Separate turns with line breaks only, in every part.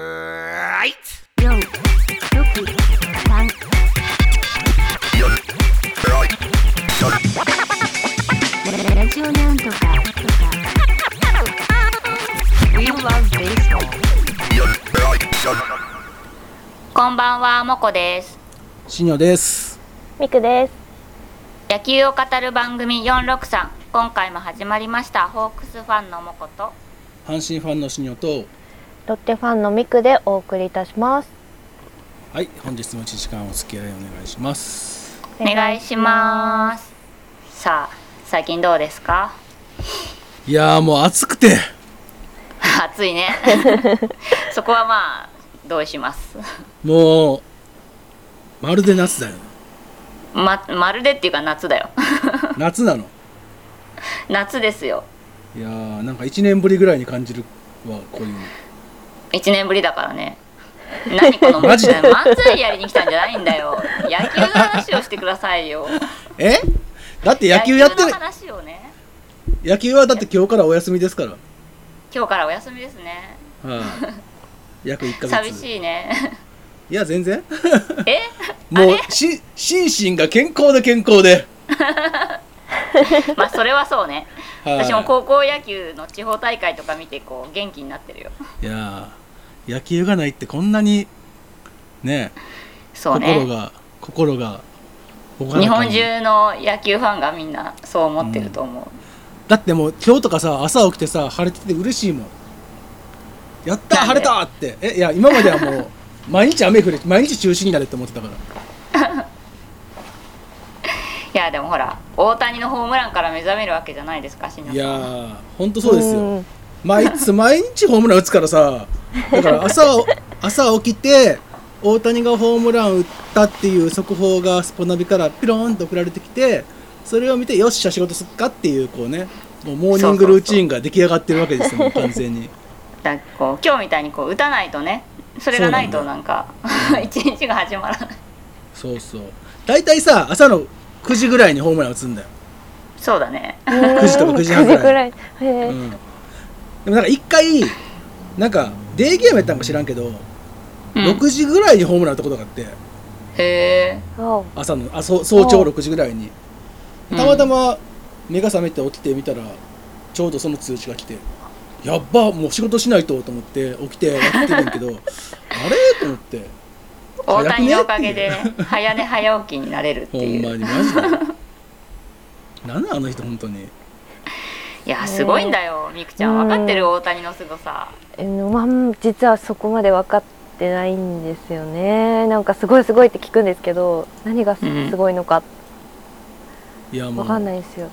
はい
よん、ろく、さん、ララジオなんとか、とか。We love baseball.
こんばんは、もこです。
シニョです。
ミクです。
野球を語る番組463。今回も始まりました。ホークスファンのもこと。
阪神ファンのシニョと、
ロッテファンのミクでお送りいたします。
はい、本日も1時間お付き合いお願いします。
お願いします。さあ、最近どうですか
いやーもう暑くて、
暑いね。そこはまあ、同意します。
もう、まるで夏 だよ。
ま、まるでっていうか夏だよ。
夏なの。
夏ですよ。
いやーなんか1年ぶりぐらいに感じるわ、こういうの。
1年ぶりだからね。何この
マジで
漫才やりに来たんじゃないんだよ。野球の話をしてくださいよ。
えだって 野球やって
野
る
球の、話をね。
野球はだって今日からお休みですから。
今日からお休みですね。
はい。約1ヶ月。
寂しいね。
いや、全然。
え
もう、し、心身が健康で健康で。
まあそれはそうね
はい
私も高校野球の地方大会とか見てこう元気になってるよ
いやー野球がないってこんなにね
そう
心
ね
が心が朗らかに
日本中の野球ファンがみんなそう思ってると思う、
だってもう今日とかさ朝起きてさ晴れてて嬉しいもんやった
なん
晴
で
れたってえいや今まではもう毎日雨降れ毎日中止になれって思ってたから
いやでもほら大谷のホームランから目覚めるわけじゃ ないですか新
い
庄
や
さん
ーほんとそうです
う
よ
ん
毎日毎日ホームラン打つからさだから朝朝起きて大谷がホームラン打ったっていう速報がスポナビからピローンと送られてきてそれを見てよっしゃ仕事すっかっていうこうねもうモーニングルーチンが出来上がってるわけですよもう完全に
だからこう今日みたいにこう打たないとねそれがないと
そう
なんか 一日が始まらない
そうそう大体さ朝の9時ぐらいにホームラン打つんだよ、
そうだね
9時とか9時半ぐらい
9い。へ
う
え
ん、でもなんか一回なんかデーゲームやったんか知らんけど、
うん
6時ぐらいにホームラン打ったことがあって
へえ
おう
朝のあそう早朝
おう
6時ぐらいに
うん
たまたま目が覚めて起きてみたらちょうどその通知が来てやっばもう仕事しないとと思って起きてやってるんやけどあれと思って
大谷のおかげで
早くねっていう
早寝早起きになれるって
ほ
い
ん
う
まにマジでなんなんあの人本当に
いやすごいんだよみくちゃん分かってる大谷のすごさ
えーまあ、実はそこまで分かってないんですよね。なんかすごいすごいって聞くんですけど、何がす
うん
すごいのか
いやも
分かん
う
ないんですよ。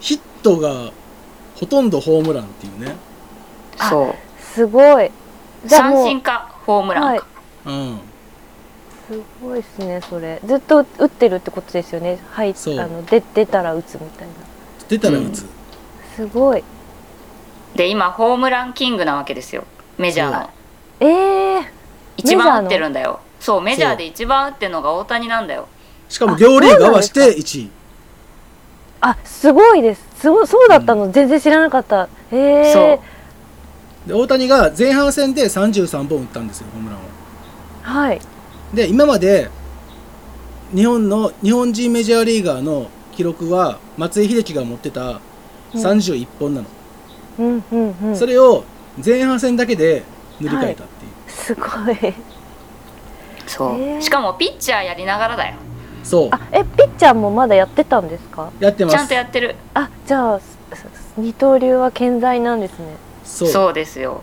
ヒットがほとんどホームランっていうね
あ
そう
すごい。
三振かホームラ
は
ン
い
か、。
うん
すごいですね、それ。ずっと打ってるってことですよね。はい、あ
そう
の出出たら打つみたいな。
出たら打つ、
すごい。
で今ホームランキングなわけですよメジャー
そう
の
ええー。
一
メジャー
番
の
打ってるんだよそうメジャーで一番打ってるのが大谷なんだよ
しかも両リーグ合わせ
そう
て1位
あ、すごいです。すごそうだったの、全然知らなかった。へえ。
そう
で大谷が前半戦で33本打ったんですよホームランを
はい。
で今まで日本の日本人メジャーリーガーの記録は松井秀喜が持ってた31本なの、
うんうんうん。
それを前半戦だけで塗り替えたっていう、
すごい。
そう、
へー
しかもピッチャーやりながらだよ
そう
あ、え、ピッチャーもまだやってたんですか。
やってま
ち
す
ゃんとやってる
あ、じゃあ、すす二刀流は健在なんですね。
そ
そううですよ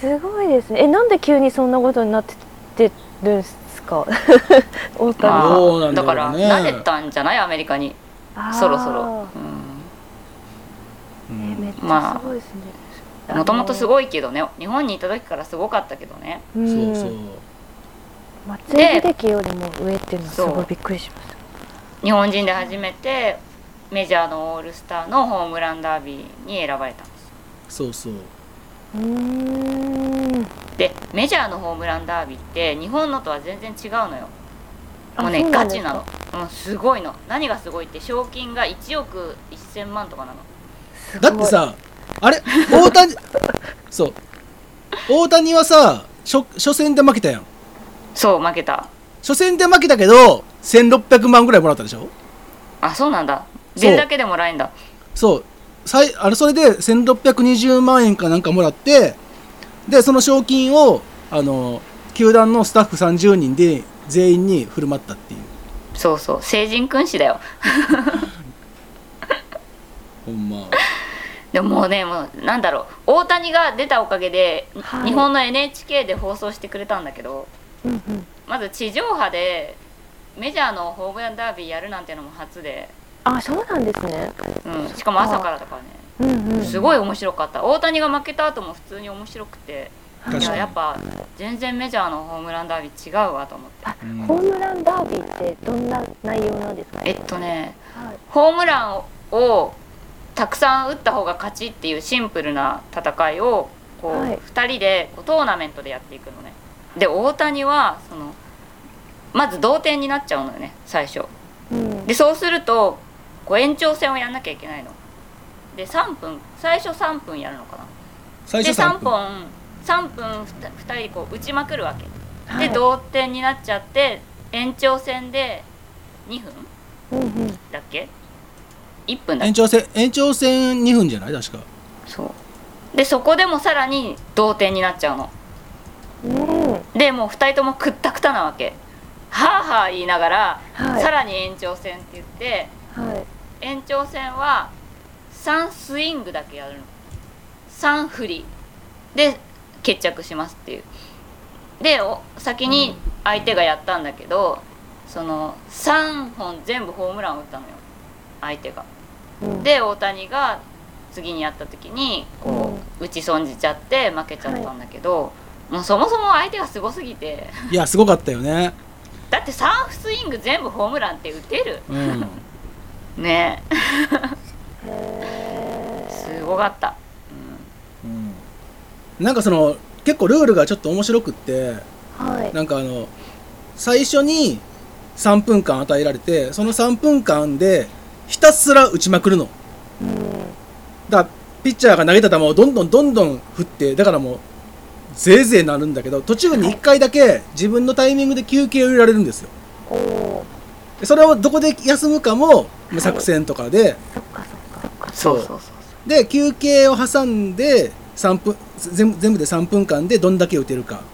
すごいですね。え、なんで急にそんなことになってってるんですか。 大谷。
まあ
どうなん
だ
だろ
か
う
ら
ね
慣れたんじゃないアメリカに
あー
そろそろ、う
う
え、め
ん
っちゃすごいですね。
ん、もともとす
い。
ごいけどね日本にいた時からすごかったけどね
う
そ
ん、
うそう
松井秀喜よりも上っていうのはすご
そ
いうびっくりしまし
日本人で初めてメジャーのオールスターのホームランダービーに選ばれたんです
そうそう
た。うーん。
でメジャーのホームランダービーって日本のとは全然違うのよ
あ
もうね
そうな
ガ
んです
チ
か
なのうんすごいの何がすごいって賞金が1億1000万とかなの
すご い
だって。さあれ大谷そう大谷はさ初初戦で負けたやん
そう負けた
初戦で負けたけど1600万ぐらいもらったでしょ
あそうなんだ
そう
出るだけでもらえんだ
そう最あれそれで1620万円かなんかもらってでその賞金をあの球団のスタッフ30人で全員に振る舞ったっていう
そうそう成人君子だよ
ほんま
でももうねもうなんだろう大谷が出たおかげで、
はい
日本の NHK で放送してくれたんだけど
うんうん
まず地上波でメジャーのホームランダービーやるなんてのも初で、
あそうなんですね
うん、しかも朝からだからね
うんうん
すごい面白かった大谷が負けた後も普通に面白くて
確
い
か
や
に
やっぱ全然メジャーのホームランダービー違うわと思って
あ
うん
ホームランダービーってどんな内容なんですか
えっとね
はい
ホームランをたくさん打った方が勝ちっていうシンプルな戦いをこう、
はい
2人でこうトーナメントでやっていくのねで大谷はそのまず同点になっちゃうのよね最初
うん
でそうするとこう延長戦をやんなきゃいけないので3分最初3分やるのかな
最初
で3
3分
本3分 2, 人こう打ちまくるわけ
は
で
い
同点になっちゃって延長戦で2分
うんうん
だっけ1分だっ
延
け
長戦延長戦2分じゃない確か
そうでそこでもさらに同点になっちゃうの
ね
でもう2人ともくったくたなわけはあはあ言いながら、
えはい
さらに延長戦って言って
はい
延長戦は3スイングだけやるの3振りで決着しますっていうでお先に相手がやったんだけどその3本全部ホームランを打ったのよ相手が
うん
で大谷が次にやった時にこう打ち損じちゃって負けちゃったんだけど、もうそもそも相手がすごすぎて
いやすごかったよね
だって3スイング全部ホームランって打てる
うん
ね
へ
すごかった、
なんかその結構ルールがちょっと面白くって
ーはい
なんかあの最初に3分間与えられてその3分間でひたすら打ちまくるの
うん
だからピッチャーが投げた球をどんどんどんどん振ってだからもうぜいぜいなるんだけど途中に1回だけ自分のタイミングで休憩を入れられるんですよ
おお
でそれをどこで休むかもまあ作戦とかで、
そっかそっかそっか
そううそうそう
で休憩を挟んで3分全部全部で3分間でどんだけ打てるか
はい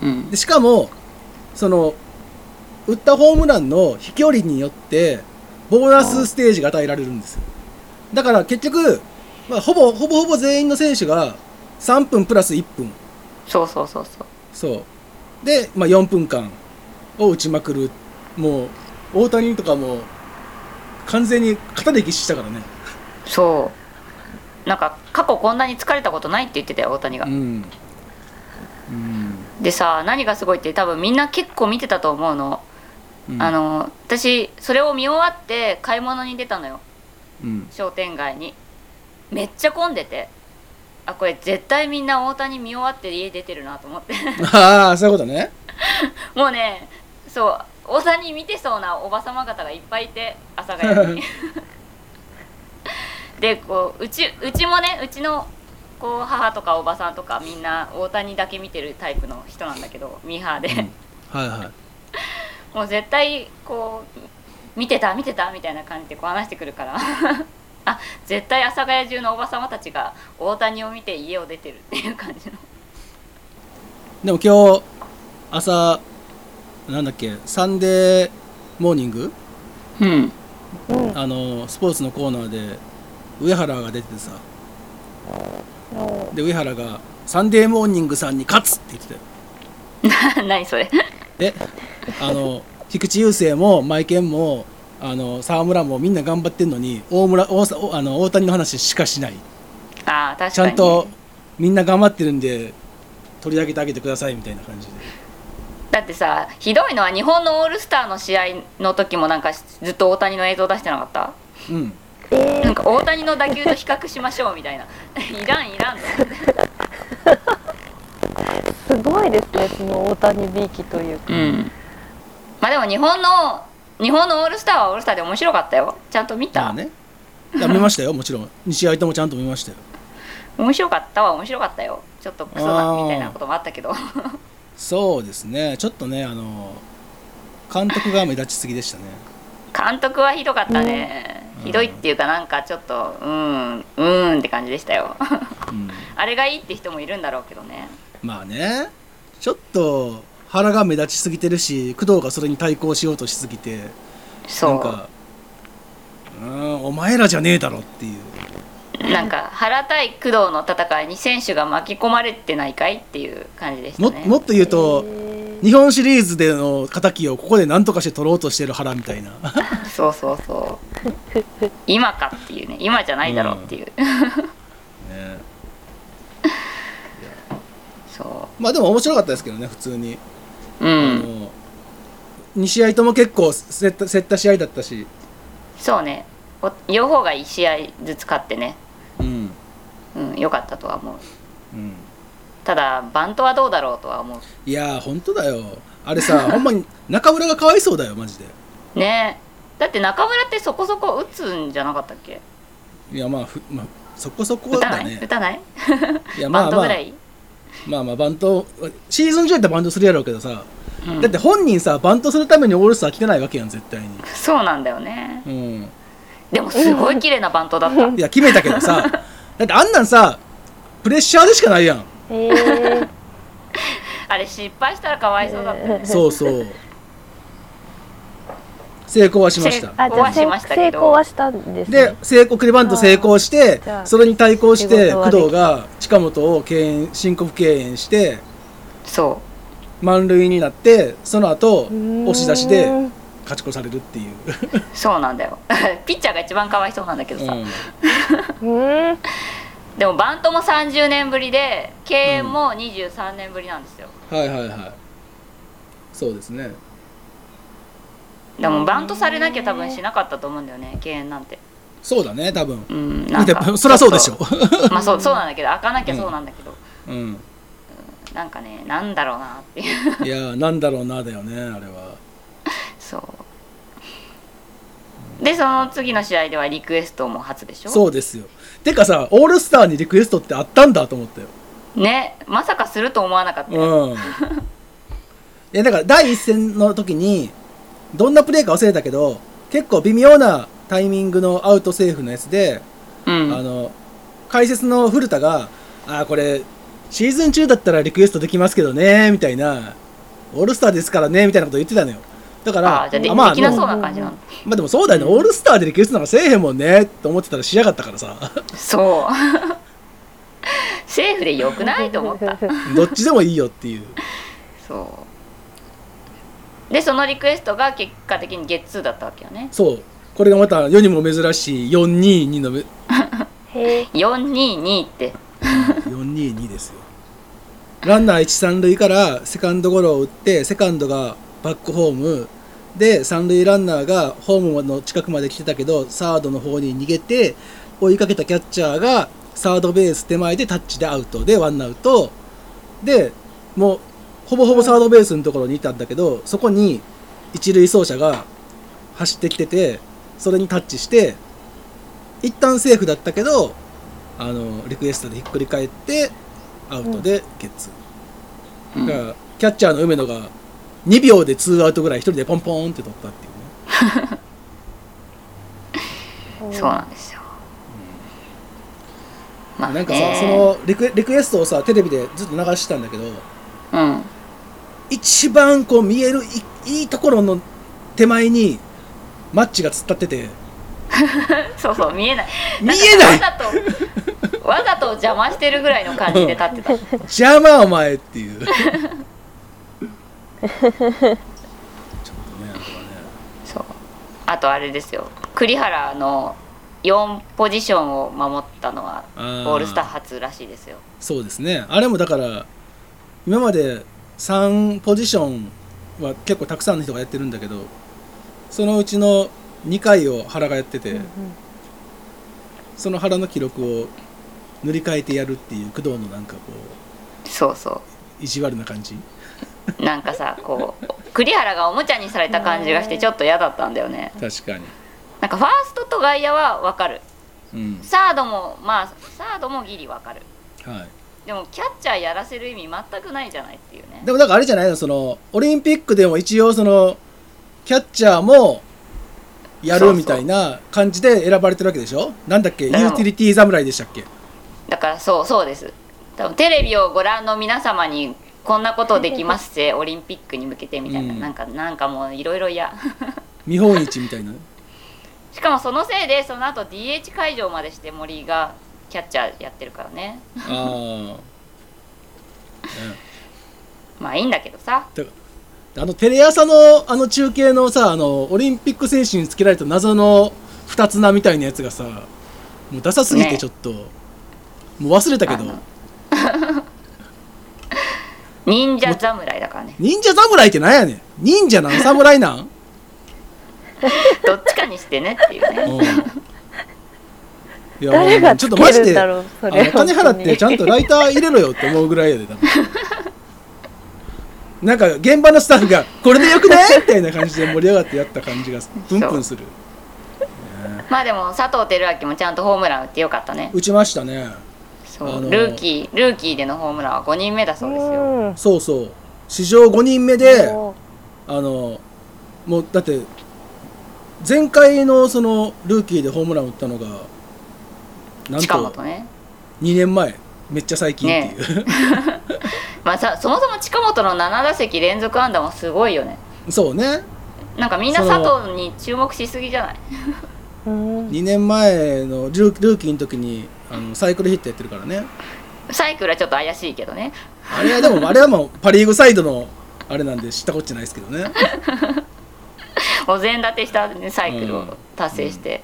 そう、うん
でしかもその打ったホームランの飛距離によってボーナスステージが与えられるんですよだから結局、まあ、ほぼほぼほぼ全員の選手が3分プラス1分
そうそうそうそう
そうで、まあ、4分間を打ちまくるもう大谷とかも完全に肩で喫したからね
そうなんか過去こんなに疲れたことないって言ってたよ大谷が、
うん、うん
でさ何がすごいって多分みんな結構見てたと思うの、
うん
あの私それを見終わって買い物に出たのよ
うん
商店街にめっちゃ混んでてあこれ絶対みんな大谷見終わって家出てるなと思って
ああそういうことね
もうねそう大谷見てそうなおばさま方がいっぱいいて阿佐ヶ 谷にでこううちうちもねうちのこう母とかおばさんとかみんな大谷だけ見てるタイプの人なんだけどミーハーで、
はいはい
もう絶対こう見てた見てたみたいな感じでこう話してくるから あ絶対阿佐ヶ谷中のおばさまたちが大谷を見て家を出てるっていう感じの
でも今日朝なんだっけサンデーモーニング
うん
うん
あのスポーツのコーナーで上原が出ててさ
お
で上原が「サンデーモーニングさんに勝つ!」って言ってた
な
よ
何それ
であの菊池雄星もマイケンもあの沢村もみんな頑張ってんのに大村大さおあの大谷の話しかしない
ああ確かに
ちゃんとみんな頑張ってるんで取り上げてあげてくださいみたいな感じで
だってさひどいのは日本のオールスターの試合の時もなんかずっと大谷の映像出してなかった
うん
え
なんか大谷の打球と比較しましょうみたいな いらんいらんと思って
すごいですねその大谷びいきというか
うんまあでも日本の日本のオールスターはオールスターで面白かったよちゃんと見た、
まあねいや見ましたよもちろん2試合ともちゃんと見ましたよ
面白かったは面白かったよちょっとクソだ
あー
みたいなこともあったけど
そうですねちょっとねあの監督が目立ちすぎでしたね
監督はひどかったね、
うん
ひどいっていうかなんかちょっとうんうーんって感じでしたよ
うん
あれがいいって人もいるんだろうけどね
まあねちょっと腹が目立ちすぎてるし工藤がそれに対抗しようとしすぎて
そ
な
うん
かうーんお前らじゃねえだろっていう
なんか原対工藤の戦いに選手が巻き込まれてないかいっていう感じでした
も
ね
もっと言うと
え
日本シリーズでの敵をここで何とかして取ろうとしてる腹みたいな
そうそうそう今かっていうね今じゃないだろうっていう、
ね
そ
まあでも面白かったですけどね普通に、
うう
あ
ん
の2試合とも結構競った競った試合だったし、
そうねお両方が1試合ずつ勝ってね
うん
うん、良かったとは思う
うん、
ただバントはどうだろうとは思
いやー本当だよあ れさほんまに中村がかわいそうだよマジで
うねえだって中村ってそこそこ打つんじゃなかったっけ
いやまあふ、まあ、そこそこ
打た
だ
ない、
ね
打たない
いやま
バ
あ
ント
ま
ぐ
あ
らい、
まあまあバントシーズン中やったらバントするやろうけどさ、
うん
だって本人さバントするためにオールスター来てないわけやん絶対に
そうなんだよね
うん
でもすごい綺麗なバントだった
いや決めたけど さだってあんなんさプレッシャーでしかないやん
えー、
あれ失敗したらかわいそうだったね
そうそう成功はしました
成
あじゃあ
壊し
せん
ましたけど
成功はしたんですね
で成功送りバント成功して
じゃあ
それに対抗して
仕
工
事はできた
藤が近本を敬遠申告敬遠して
そ
満塁になってその後
うーん
押し出しで勝ち越されるっていう、
うそうなんだよ ピッチャーが一番かわいそうなんだけどさ、
うん
うーん
でもバントも30年ぶりで敬遠も23年ぶりなんですよ、
はいはいはいそうですね
でもバントされなきゃ多分しなかったと思うんだよね敬遠なんて
そうだね多分
うんな
だっ
ん
て
か
そりゃそうでしょ
ち、っとまあそうそうなんだけど開かなきゃそうなんだけど、
うん、
なんかねなんだろうなっていう
いやーなんだろうなだよねあれは
そうでその次の試合ではリクエストも初でしょ
そうですよてかさオールスターにリクエストってあったんだと思ったよ
ねまさかすると思わなかったよ、
うんいやだから第一戦の時にどんなプレーか忘れたけど結構微妙なタイミングのアウトセーフのやつで、
うん
あの解説の古田が「あーこれシーズン中だったらリクエストできますけどね」みたいな「オールスターですからね」みたいなこと言ってたのよだから
あーじゃあで,、
あまあ
できな
で
そ
も
うな感じなの、
まあでもそうだよね、オールスターでリクエストなんかせえへんもんねと思ってたらしやがったか らさ
そうセーフでよくないと思った
どっちでもいいよっていう
そうでそのリクエストが結果的にゲッツーだったわけよね
そうこれがまた世にも珍しい422のめ
へえ
422って
422ですよランナー一三塁からセカンドゴロを打ってセカンドがバックホームで三塁ランナーがホームの近くまで来てたけどサードの方に逃げて追いかけたキャッチャーがサードベース手前でタッチでアウトでワンアウトでもうほぼほぼサードベースのところにいたんだけどそこに一塁走者が走ってきててそれにタッチして一旦セーフだったけどあのリクエストでひっくり返ってアウトでゲッツー、だからキャッチャーの梅野が2秒で2アウトぐらい1人でポンポンって取ったっていうね
そうなんですよ、まあ
なんかさ、
ね
そのリクリクエストをさテレビでずっと流してたんだけど
うん
一番こう見えるいいいところの手前にマッチが突っ立ってて
そうそう見えない
見えない
んかわざとわざと邪魔してるぐらいの感じで立ってた
邪魔お前っていうちょっとねあれはね
そうあとあれですよ栗原の4ポジションを守ったのは
あー
オールスター初らしいですよ
そうですねあれもだから今まで3ポジションは結構たくさんの人がやってるんだけどそのうちの2回を原がやってて、その原の記録を塗り替えてやるっていう工藤のなんかこ
そうそう
意地悪な感じ
うなんかさこう栗原がおもちゃにされた感じがしてちょっと嫌だったんだよね
確かに、
なんかファーストと外野はわかる
うん
サードもまあサードもギリわかる
はい、
でもキャッチャーやらせる意味全くないじゃないっていうね
でもなんかあれじゃないのそのオリンピックでも一応そのキャッチャーもやるみたいな感じで選ばれてるわけでしょなんだっけユ
ん
ーティリティ侍でしたっけ
だからそうそうです多分テレビをご覧の皆様にこんなことできますってオリンピックに向けてみたいな、
うん
なんかなんかもういろいろや
見本市みたい な
しかもそのせいでその後 DH 会場までして森がキャッチャーやってるからね
ああ
まあいいんだけどさ
あのテレ朝のあの中継のさあのオリンピック選手につけられた謎の二つ名みたいなやつがさもうダサすぎて
ね
ちょっと、もう忘れたけど
あの忍者侍だからね
忍者侍ってなんやねん忍者なん侍 なん、うん、
どっちかにしてねっていうね
いやも
誰
う
が
ちょ
つ
っとマ
け
ジ
るん
で
だろうそ
あ
れ
のお金払ってちゃんと
本
ライター入れろよって思うぐらいやで多分なんか現場のスタッフが「これでよくない?」みたいな感じで盛り上がってやった感じがプンプンする
まあでも佐藤輝明もちゃんとホームラン打ってよかったね
打ちましたね
そう、
あのー
ルーキールーキーでのホームランは5人目だ
当
そう
に
ですよ
うん
そうそう史上5人目で
も
あのもうだって前回のそのルーキーでホームラン打ったのがなん
近
と
本ね
2年前めっちゃ最近っていう、
まあさそもそも近本の7打席連続安打もすごいよね
そうね
なんかみんな
その
佐藤に注目しすぎじゃないう
うん
2年前のルールーキーの時にあのサイクルヒットやってるからね
サイクルはちょっと怪しいけどね
あれはでもあれはもうパ・リーグサイドのあれなんで知ったこっちゃないですけどね
お膳立てした、ね、サイクル
うん
を達成して、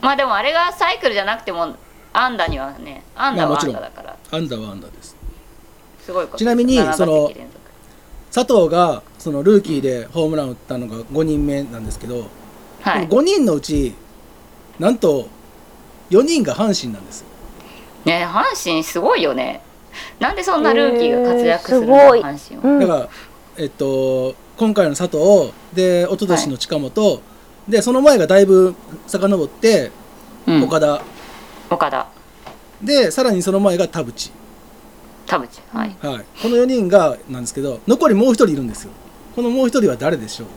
まあでもあれがサイクルじゃなくても安打にはね安打
まあも
は
ちろ
安
ん
打だから
アンダーはアンダーです
すごいこと
ちなみに
7打席
そ
連
の
続
佐藤がそのルーキーでホームラン打ったのが5人目なんですけど、
はい
5人のうちなんと4人が阪神なんです
ね阪神すごいよねなんでそんなルーキーが活躍するの、
えーすごい
阪神は
うん
だから、えっと、今回の佐藤で一昨年の近本、でその前がだいぶ遡って
うん
岡田、
岡田
でさらにその前が田淵、
田淵はい
はい、この4人がなんですけど残りもう1人いるんですよこのもう1人は誰でしょう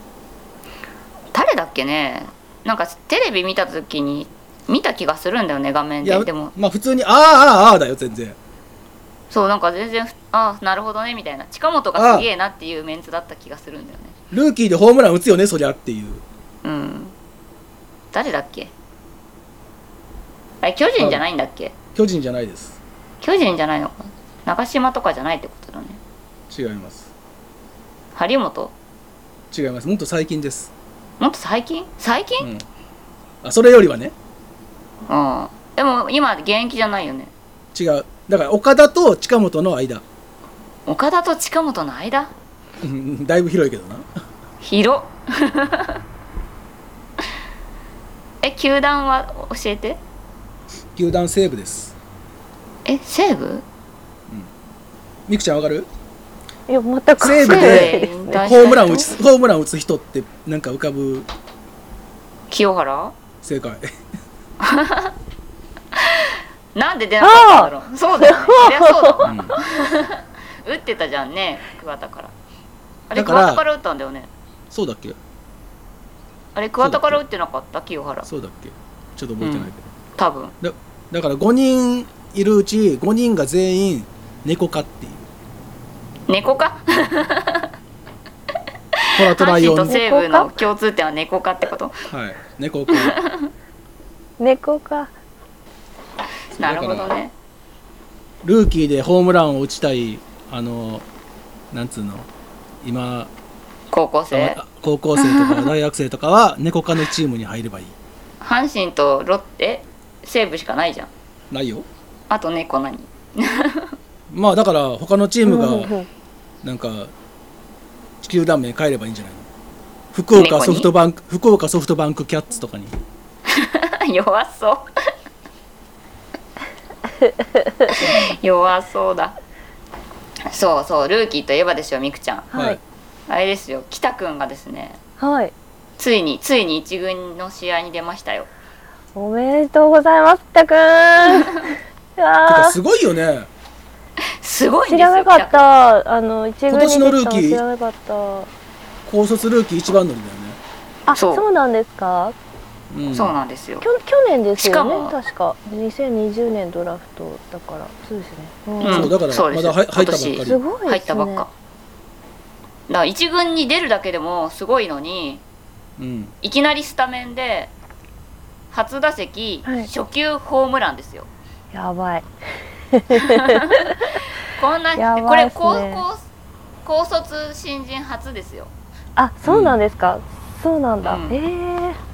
誰だっけねなんかテレビ見た時に見た気がするんだよね画面
い
で
や
でも
まあ普通に「あーあーあー」だよ全然
そうなんか全然ふあなるほどねみたいな近本がすげえなっていうメンツだった気がするんだよね
ルーキーでホームラン打つよねそりゃっていう
うん誰だっけあれ巨人じゃないんだっけ
巨人じゃないです
巨人じゃないのか長島とかじゃないってことだね
違います
張本
違いますもっと最近です、
もっと最近最近
う、ん、あそれよりはね
うん、でも今現役じゃないよね
違うだから岡田と近本の間
岡田と近本の間
うんうんだいぶ広いけどな
広っ え球団は教えて
球団西部です
え西 武
みくちゃんわかる
いや全く
西武で
西
大
ホームラン打つホームラン打つ人ってなんか浮かぶ
清原
正解
なんで出なかったんだろうそうだよねそりゃそうだ わ打ってたじゃんね桑田からあれ
だから
桑田から打ったんだよね
そうだっけ
あれ桑田から打ってなかった清原
そうだっけちょっと覚えてないけど、
多分
だから5人いるうち5人が全員猫かっていう
猫か
トラトラ
阪
イ
神
オ
と
ン
西武の共通点は猫かってこと
はい猫か
猫か
なるほどね
ルーキーでホームランを打ちたいあのなんつうの今
高校生
あ高校生とか大学生とかは猫科のチームに入ればいい
阪神とロッテ西武しかないじゃん
ないよ
あと猫何
まあだから他のチーム
うんうん
が
うん
なんか球団名変えればいいんじゃないの福岡
猫に
ソフトバンク福岡ソフトバンクキャッツとかに
弱そう 弱そうだそうそうルーキーといえばですよみくちゃん
はい
あれですよ北くんがですね
はい
ついについに一軍の試合に出ましたよ
おめでとうございますたくんう
て
わ
か
ー
すごいよね
すごいん
知
ですよ
らなかっ
北区
たあの一軍
今
に出てた
年のルーキー
知らなかった
高卒ルーキー一番乗りだよ
あ
そ
そううなんですか
ね、うん、
そうなんですよ
きょ去年です
しか
よ
も
ね確か2020年ドラフトだからそうですね、うん
うん
そうだから
そうです
まだ入入ったば
今
っか
す
り
ごいですね
入ったばっかだから一軍に出るだけでもすごいのに
うん
いきなりスタメンで初打席、
はい
初球ホームランですよ
やばい
こんな、
や
こ
ばい
れ
っすね
高校高卒新人初ですよ
あそうなんですか、そうなんだ、
うん
ええ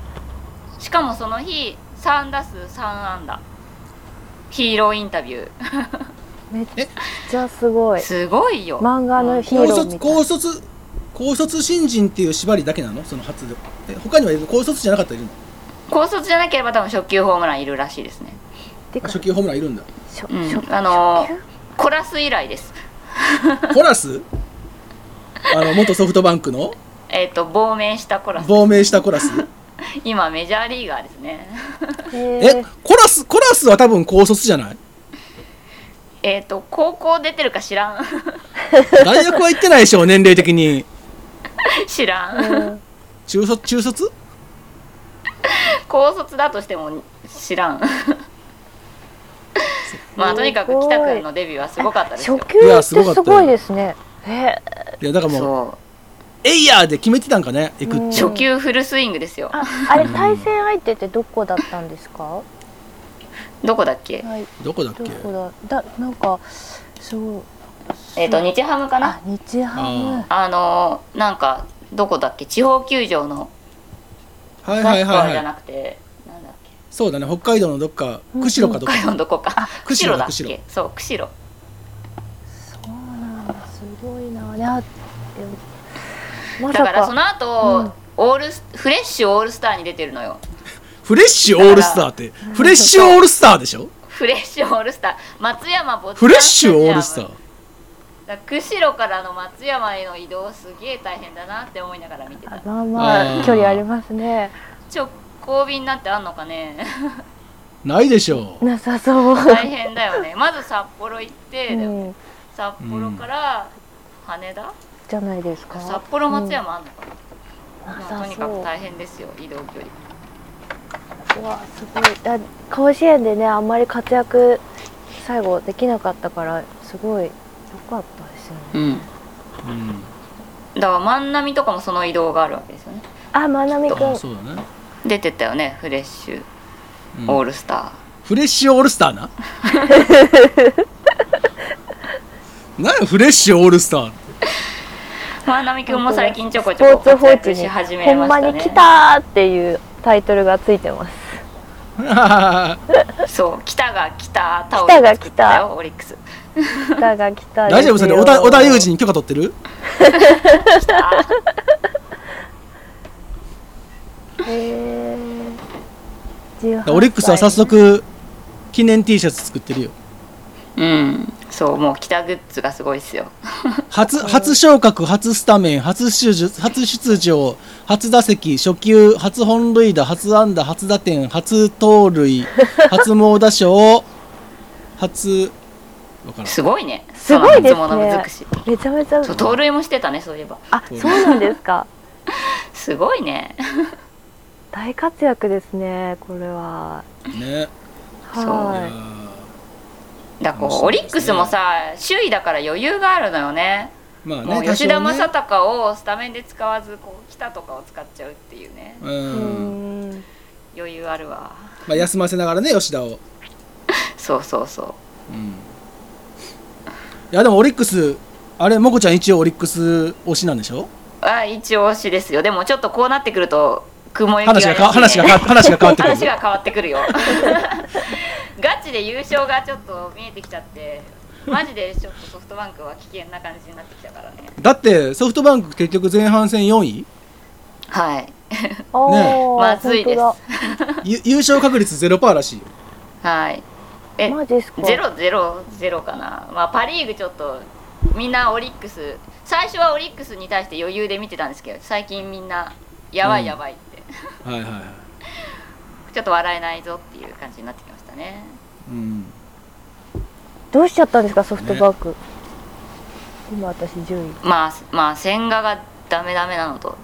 しかもその日3打数3安打ヒーローインタビュー
めっちゃすごい
すごいよ、
漫画のヒ
高
ーロー
卒
みたい
高卒高卒新人っていう縛りだけなのその初でえ他にはいる高卒じゃなかったらいるの
高卒じゃなければ多分初球ホームランいるらしいですね
て
あ
か
初級ホームランい るんだ
しょ
うん
しょ
あのー
初級
コラス以来です
コラスあの元ソフトバンクの
えっ、と亡命したコラス
亡命したコラス
今メジャーリーガーですね
え
え
ー
コラスコラスは多分高卒じゃない
えっと高校出てるか知らん
大学は行ってないでしょ年齢的に
知らん
うん
中卒中卒
高卒だとしても知ら んまあとにかく北くんのデビューはすごかったですよ
初級
い
っ
や
て
す
す
ごかったよ
ごいですねえ
いやだからもう
そ
エイヤーで決めてたんかね行くっ
うん
う
て
初球フルスイングですよ
ああれ対戦相手ってどこだったんですか
どこだっけ
はい
どこだっけ
どこだだなんかそう
えっ、と日ハムかな
あ日ハム
あ
あのーなんかどこだっけ地方球場の
はい
サ
はい
ッカー
は
じ
い
ゃ
はい
なくてなんだっけ
そうだね北海道のどっか釧路かどっ
北海道
か
のどこか
釧路
だ
だ
っけそう釧路
そうなんだすごいなあれあえま
だ
さ
からそ
か
の後、
うん
オールスフレッシュオールスターに出てるのよ
フレッシュオールスターってフレッシュオールスターでしょ
フレッシュオールスター松山ボッチャ
フレッシュオールスター
だから釧路からの松山への移動すげえ大変だなって思いながら見てた
あまあま
あ
あ
ー
距離ありますね
直行便なんてあんのかね
ないでしょう
なさそう
大変だよねまず札幌行って、だよ
うん
札幌から羽田、
じゃないですか
札幌松山あんのかな、
な
まあ
さ
とにか
そ
く
う
大変ですよ移動距離
うわすごいだ甲子園でねあんまり活躍最後できなかったからすごい良かったですよね
うん
うん
だから万波とかもその移動があるわけですよね
あまなみくん
あそうだね
出てったよねフレッシュ
うん
オールスタ
フレッシュオールスター ななんやフレッシュオールスタ ーって
ー、万波くんも最近ちょこち
ス
ょこ
ポーツ
活
報
躍
知
し
に
始
ほ
めまし
んま
たね
に来たーっていうタイトルがついてます
そう北が来たタオ
北
ル
が
作ったよオリックス
北が来た
大丈夫それ織田織田裕二
に
に許可取ってる
へえ
オリックスは早速記念 T シャツ作ってるよ
うんそうもう北グッズがすごいですよ
初初昇格初スタメン初出場初出場初打席初球初本塁打初安打初打点初盗 塁初猛打賞初わからん
すごいね
すごいですね
その夏物尽くし
めちゃめちゃ
そう盗塁もしてたねそういえば
あそうなんですか
すごいね
大活躍ですねこれは
ね
そう
いや
は
ー
だからこうオ
そう
リ
で
ッ
すね
クスもさ首位だから余裕があるのよね
まあね
もう
多
吉
少
田
ね
正尚をスタメンで使わずこう北とかを使っちゃうっていうね
いう
うん
ーん
余裕あるわ
まあ休ませながらね吉田を
そうそうそう
うんいやでもオリックスあれもこちゃん一応オリックス推しなんでしょ
あ一応推しですよでもちょっとこうなってくると雲行き
話がか
怪し
話
いね
が か話が変わってく
話
る
が変わってくるよ ガチで優勝がちょっと見えてきちゃってマジでちょっとソフトバンクは危険な感じになってきたからね
だってソフトバンク結局前半戦4位
はい
おー
まずいです
本
ゆ優勝確率ゼロパーらしいよ
はいえ
当だマジですか
ゼロゼロゼロかな、まあ、パ・リーグちょっとみんなオリックス最初はオリックスに対して余裕で見てたんですけど最近みんなやば
う
い
ん
やばいって、
はいはいはい、
ちょっと笑えないぞっていう感じになってきましたね
うん、
どうしちゃったんですかソフトバンク、今私10位
まあまあ千賀がダメダメなのと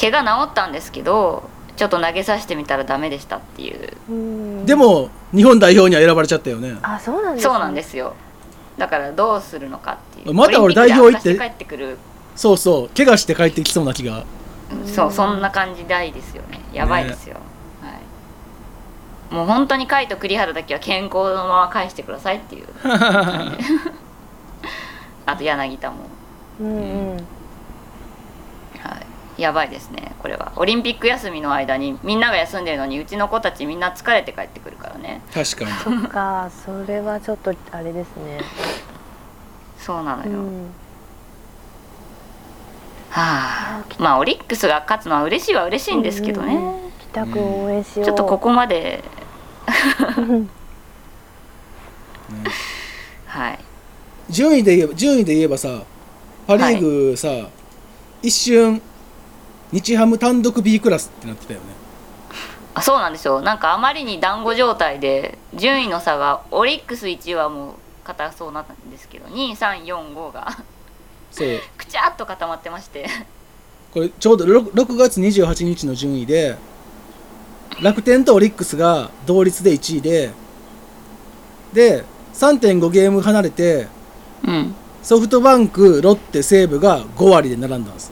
怪我治ったんですけどちょっと投げさせてみたらダメでしたっていう
うーん
でも日本代表には選ばれちゃったよね
あそうなんですね
そうなんですよだからどうするのかっていう
また俺代表行って
オリンピックで悪化して帰ってくる
そうそう怪我して帰ってきそうな気が
そうそんな感じないですよねやばいですよ、はい、もう本当に海と栗原だけは健康のまま返してくださいっていうあと柳田も、
うんうん
はい、やばいですねこれはオリンピック休みの間にみんなが休んでるのにうちの子たちみんな疲れて帰ってくるからね
確かに
そっかそれはちょっとあれですね
そうなの
う
よ、
ん
はあまあオリックスが勝つのは嬉しいは嬉しいんですけどね、
うん北くん応援しよう
ちょっとここまで
ね
はい
順位で言えば順位で言えばさパ・リーグさ、一瞬日ハム単独 B クラスってなってたよね
あそうなんですよなんかあまりに団子状態で順位の差がオリックス1位はもう硬そうなんですけど2345が
そう
くちゃっと固まってまして
これちょうど 6, 6月28日の順位で楽天とオリックスが同率で1位でで3.5ゲーム離れて
うん
ソフトバンクロッテ西武が5割で並んだんです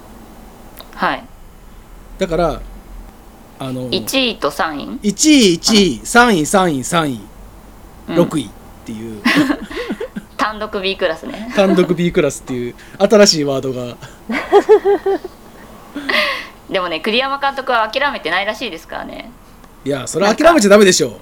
はい
だからあの1
1位と3位
位1位3位3位3位
うん
6位っていう、
単独 B クラスね
単独 B クラスっていう新しいワードが
でもね栗山監督は諦めてないらしいですからね
いやそれ諦めちゃダメでしょ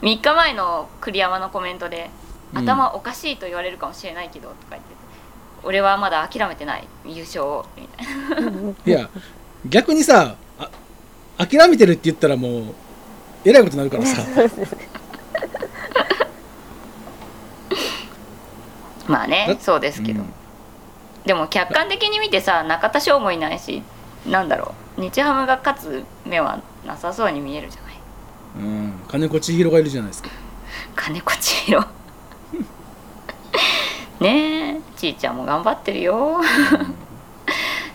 3日前の栗山のコメントで「
うん
頭おかしいと言われるかもしれないけど」とか言ってて「俺はまだ諦めてない優勝を」みたいな
ういや逆にさあ諦めてるって言ったらもうえらいことになるからさ
そうですね
まあね
だ
そうですけど、
うん
でも客観的に見てさ中田翔もいないしなんだろう日ハムが勝つ目はなさそうに見えるじゃない
うん、金子千尋がいるじゃないですか
金子千尋ねえちいちゃんも頑張ってるよ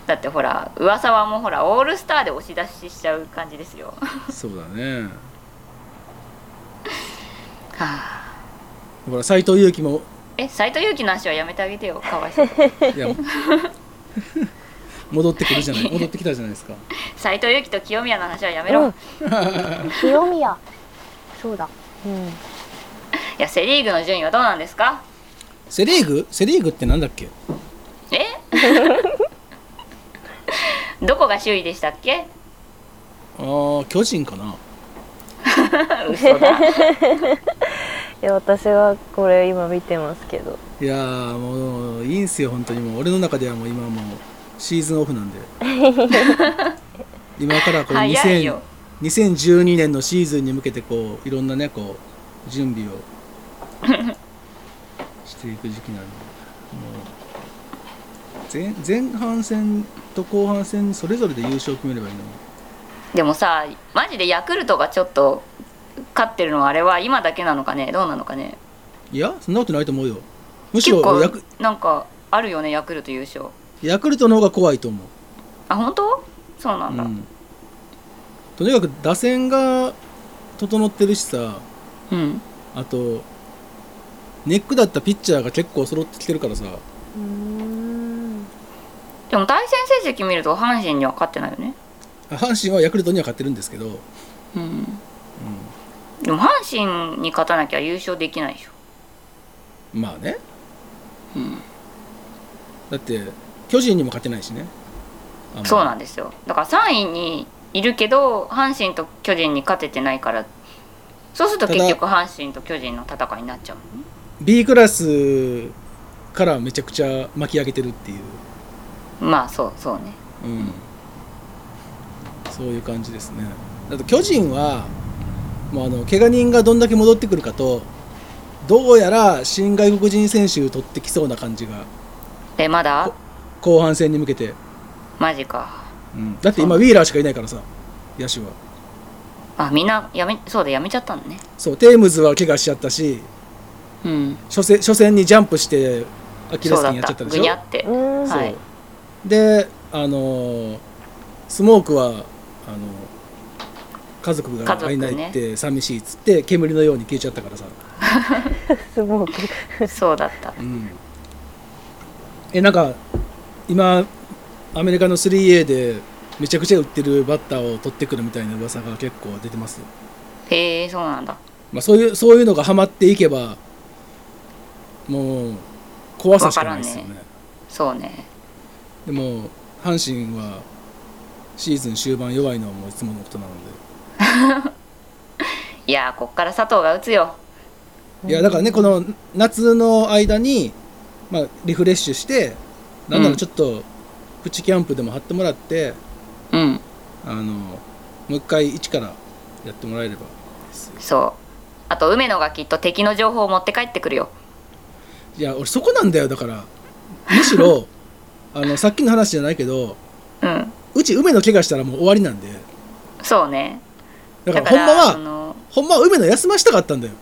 だってほら噂はもうほらオールスターで押し出ししちゃう感じですよ
そうだね
はあ
ほら斎藤佑樹も
え斎藤佑樹の話はやめてあげてよかわいそう
いや戻ってくるじゃない戻ってきたじゃないですか
斎藤佑樹と清宮の話はやめろ、
うん
い
清宮そうだうん
やセ・リーグの順位はどうなんですか
セ・リーグセ・リーグってなんだっけ
えどこが首位でしたっけ
あー巨人かな
嘘だ
いや私はこれ今見てますけど
いやーもういいんすよ本当にもう俺の中ではもう今はもうシーズンオ フなんで今からこう
早いよ
2000 2012年のシーズンに向けてこういろんなねこう 準備をしていく時期なんでもう前前半戦と後半戦それぞれで優勝を決めればいいのに
でもさマジでヤクルトがちょっと勝ってるのはあれは今だけなのかねどうなのかね
いやそんなことないと思うよむし
結
ろ
構
ヤク
なんかあるよねヤクルト優勝
ヤクルトの方が怖いと思う
あ本当そうなんだ、
うん、とにかく打線が整ってるしさ
うん
あとネックだったピッチャーが結構揃ってきてるからさ
うーん
でも対戦成績見ると阪神には勝ってないよね
阪神はヤクルトには勝ってるんですけど、うん、
うんでも阪神に勝たなきゃ優勝できないでしょ
まあね
うん
だって巨人にも勝てないしねあんま
そうなんですよだから3位にいるけど阪神と巨人に勝ててないからそうすると結局阪神と巨人の戦いになっちゃうのね
B クラスからめちゃくちゃ巻き上げてるっていう、
まあそうそうね
うん、そういう感じですねだと巨人はもうあの怪我人がどんだけ戻ってくるかとどうやら新外国人選手取ってきそうな感じが
えまだ
後半戦に向けて、
マジか
うん、だって今ウィーラーしかいないからさ野手は
あみんなやめそうだやめちゃったのね
そうテームズは怪我しちゃったし
うん、
初戦初戦にジャンプしてアキレ
そう
ス
だっ
腱やっちゃったたで
ぐ
しょ
にゃって
う、ん
そう
はい
であのースモークはあの家族が会えないって寂しいっつって、煙のように消えちゃったからさ、
すごく
そうだった
うん、えなんか今アメリカの 3A でめちゃくちゃ打ってるバッターを取ってくるみたいな噂が結構出てますよ、
へえそうなんだ
まあ、そういうそういうのがハマっていけばもう怖さしかないですよ
わか
ね
そうね
でも阪神はシーズン終盤弱いのはもういつものことなので
いやーこっから佐藤が打つよ
いやだからねこの夏の間に、まあ、リフレッシュしてなんな
う
ら
ん
ちょっとプチキャンプでも張ってもらって、
うん
あのもう一回一からやってもらえればですよ
そうあと梅野がきっと敵の情報を持って帰ってくるよ
いや俺そこなんだよだからむしろ あのさっきの話じゃないけど
うん
うち梅の怪我したらもう終わりなんで
そうね
だからほんま
そ
は
の
ほんまは梅の休ましたかったんだよ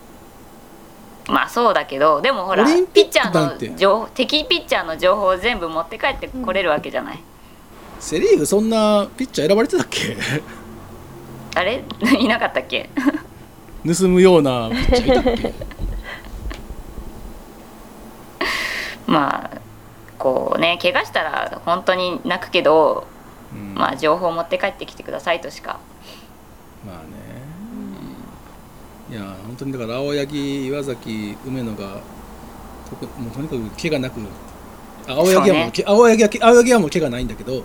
まあそうだけどでもほら
オリン
ピ
ピッ
ッ
ク
チ
な
ャ
んて
ーの情報敵ピッチャーの情報を全部持って帰ってこれるわけじゃない、
セ・リーグそんなピッチャー選ばれてたっけ
あれ いなかったっけ
盗むようなピッチャーいたっけ
まあこうね怪我したら本当に泣くけど、
うん
まあ情報を持って帰ってきてくださいとしか
まあね、いや本当にだから青柳岩崎梅野がとくもうとにかく怪我なくあ青柳はもう
そうね
け青柳はけ青柳はもう怪我ないんだけど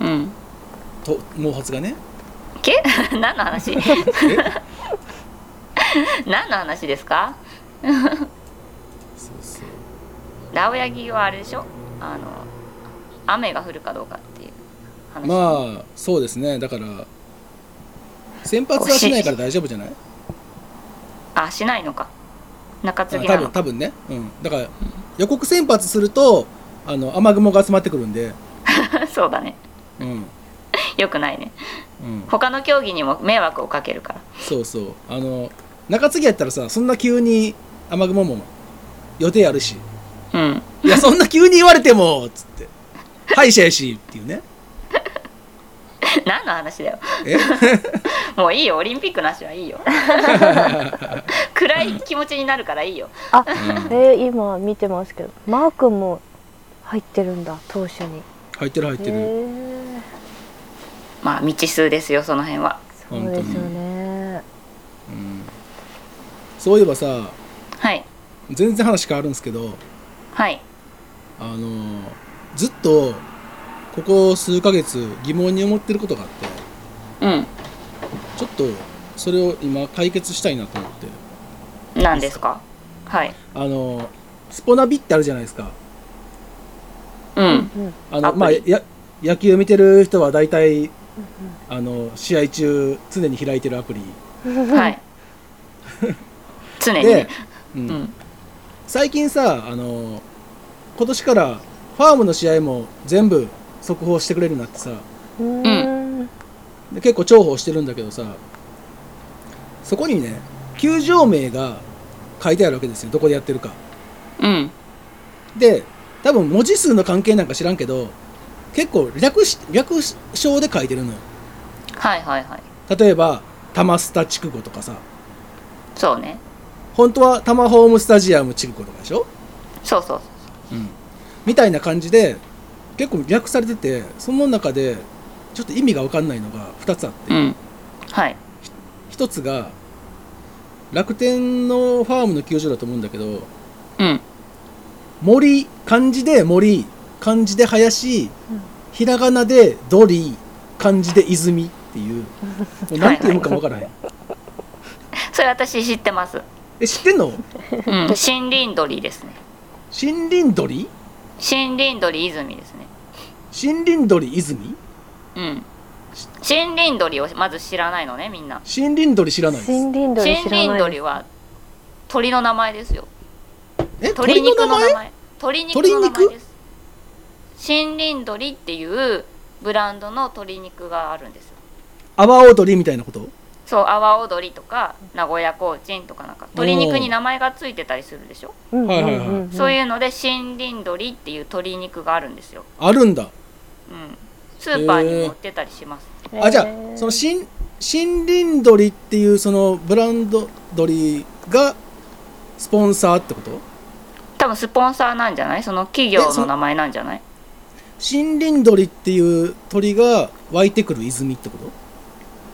うん
と毛髪がね
け何の話
え
何の話ですか
そうそう
ラオヤギはあれでしょあの雨が降るかどうかっていう話、
まあそうですねだから先発はしないから大丈夫じゃない
あ、しないのか中継ぎ
多
な
分
の
多分ね、うん、だから予告先発するとあの雨雲が集まってくるんで、
そうだね
うん
よくないね
うん、
他の競技にも迷惑をかけるから
そうそうあの中継ぎやったらさそんな急に雨雲も予定ある し
うん
いやそんな急に言われてもつって「歯医者やし」っていうね
何の話だよ
え
もういいよオリンピックなしはいいよ 暗い気持ちになるからいいよ
あ
ん
えー今見てますけどマー君も入ってるんだ投手に
入ってる入って
へ
る
ー
まあ未知数ですよその辺は
そうですよね
うんそういえばさ
はい
全然話変わるんですけど
はい
あのずっとここ数ヶ月疑問に思ってることがあって
うん
ちょっとそれを今解決したいなと思って
何ですかはい
あのスポナビってあるじゃないですか
うん
うん
あ
ア
の
プリ
まあや野球見てる人は大体あの試合中常に開いてるアプリ
はい常に
で
ね、
うん
うん
最近さあの今年からファームの試合も全部速報してくれるようになってさ
うんうん
で結構重宝してるんだけどさそこにね球場名が書いてあるわけですよどこでやってるか
うん
で多分文字数の関係なんか知らんけど結構略し略称で書いてるのよ
はいはいはい
例えば玉スタ筑後とかさ
そうね
本当は玉ホームスタジアム筑後とかでしょ、
そうそう
みたいな感じで結構略されててその中でちょっと意味が分かんないのが2つあって、
そううんはい
1つが楽天のファームの球場だと思うんだけど
うん
森漢字で森漢字で林ひらがなでドリ漢字で泉って いうもうなんて読むかも分からへん
それ私知ってます、
え知ってんの
うん、森林鳥ですね
森林鳥
森林鳥泉ですね
森林鳥泉
うん森林鳥をまず知らないのねみんな
森林鳥知らないです
森林
森
鳥知
林
らないで
鳥は鳥の名前ですよ
え
鶏
鳥
肉
の
の
名前
名前鶏肉の名前
鶏
です森林鳥っていうブランドの鶏肉があるんですよ
阿波踊りみたいなこと
そう阿波踊りとか名古屋コーチンとかなんか鶏肉に名前がついてたりするでしょ、
うん
はいはいはい
うんうん
そういうので森林鶏っていう鶏肉があるんですよ、
あるんだ
うん、スーパーにも売ってたりします、
うん
あじゃあ
へー
その新森林鳥っていうそのブランド鳥がスポンサーってこと
多分スポンサーなんじゃないその企業の名前なんじゃない
森林鳥っていう鳥が湧いてくる泉ってこと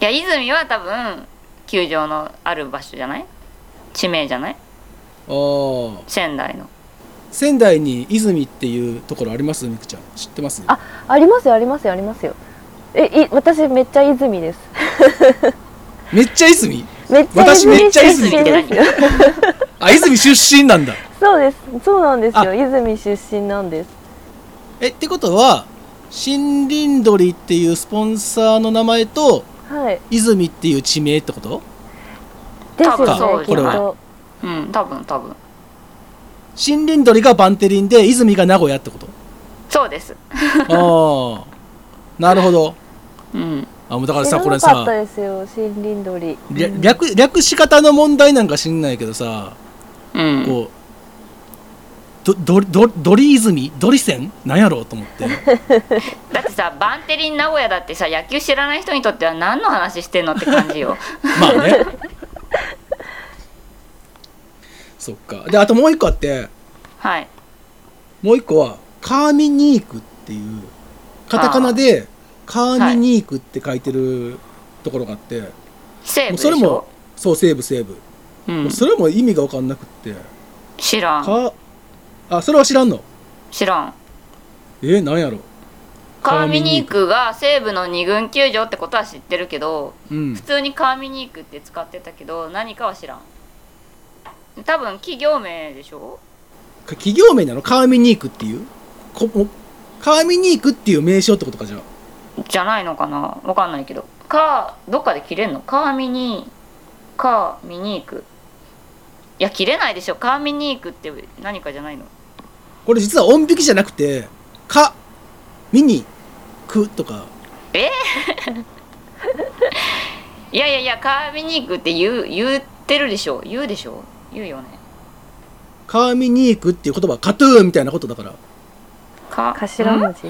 いや泉は多分球場のある場所じゃない地名じゃない
ああ
仙台の
仙台に泉っていうところありますみくちゃん知ってます
あありますよありますよありますよえい私めっちゃ泉です
めっちゃ泉
めっちゃ
私
泉
めっちゃ
出
泉
身ですよ
あ泉出身 なんだ
そうですそうなんです
あ
よ泉出身なんです
えってことは森林鳥っていうスポンサーの名前と
はい
泉っていう地名ってこと
です
多分
よ
そう
ねきっ
これは
と
うん多分多分
森林鳥がバンテリンで泉が名古屋ってこと
そうです
ああなるほど
うん
あもうだから
知
さ
ら
これ
なかった
さ
ですよ森林鳥
りゃ略略し方の問題なんか知んないけどさ
うん
こうどどど鳥泉鳥線なんやろうと思って
だってさバンテリン名古屋だってさ野球知らない人にとっては何の話してんのって感じ よ
まあねそっかであともう一個あって
はい
もう一個はカーミニークっていうカタカナでカーミニークって書いてるところがあって、
西
も
武
う
でし
そ
ょ
れもそう西武西武、
うん
もう、それも意味が分かんなくって
知らん
かあそれは知らんの
知らん
えー、なんやろ
カーミニークが西武の二軍球場ってことは知ってるけど
うん
普通にカーミニークって使ってたけど何かは知らん多分企業名でしょ
企業名なのカーミニークっていうこおカーミニークっていう名称ってことかじゃあ
じゃないのかなわかんないけどカーどっかで切れんのカーミニーカーミニークいや切れないでしょカーミニークって何かじゃないの
これ実は音引きじゃなくて「か」「ミニ」「く」とか
いやいやいやカーミニークって言う言ってるでしょ言うでしょ言うよね
カーミニークっていう言葉はカトゥーンみたいなことだから
カ
頭文字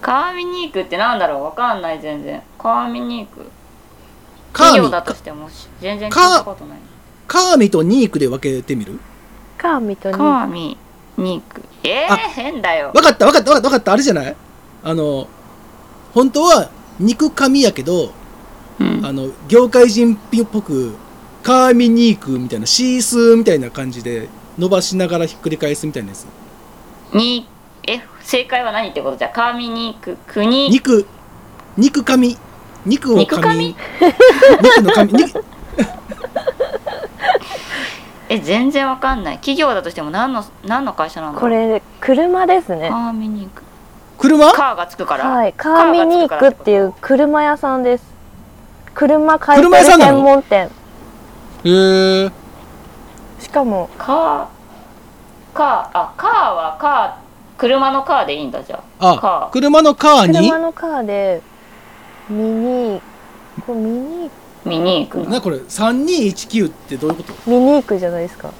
カーミニークってなんだろうわかんない全然カーミニーク
カ
企
ー
業
ミ
だ
か
としてもし全然聞い
カー
たことない
カーミとニークで分けてみる
カーミとニ
カーミニークえー、
あ
変だよ
分かった分かった分かった分かったあれじゃないあの本当は肉髪やけど
うん
あの業界人っぽくカーミニークみたいなシースーみたいな感じで伸ばしながらひっくり返すみたいなやつ
にえ正解は何ってことじゃカーミニーク国
肉肉髪肉を
肉髪
髪肉の髪肉
え全然わかんない企業だとしても何の何の会社なんだ
こ
ろう
れ車ですね
カーミニーク
車
カーがつくから、
はい、カーミニークっていう車屋さんです。車買い取
車屋
り
さんなの
専門店。
へー
しかも、
カーカーあカーはカー車のカーでいいんだじゃカ
あ
ー
車のカーに
車のカーで、ミニー、これミニー、
あミニーク
なこれ3219ってどういうこと
ミニークじゃないですか。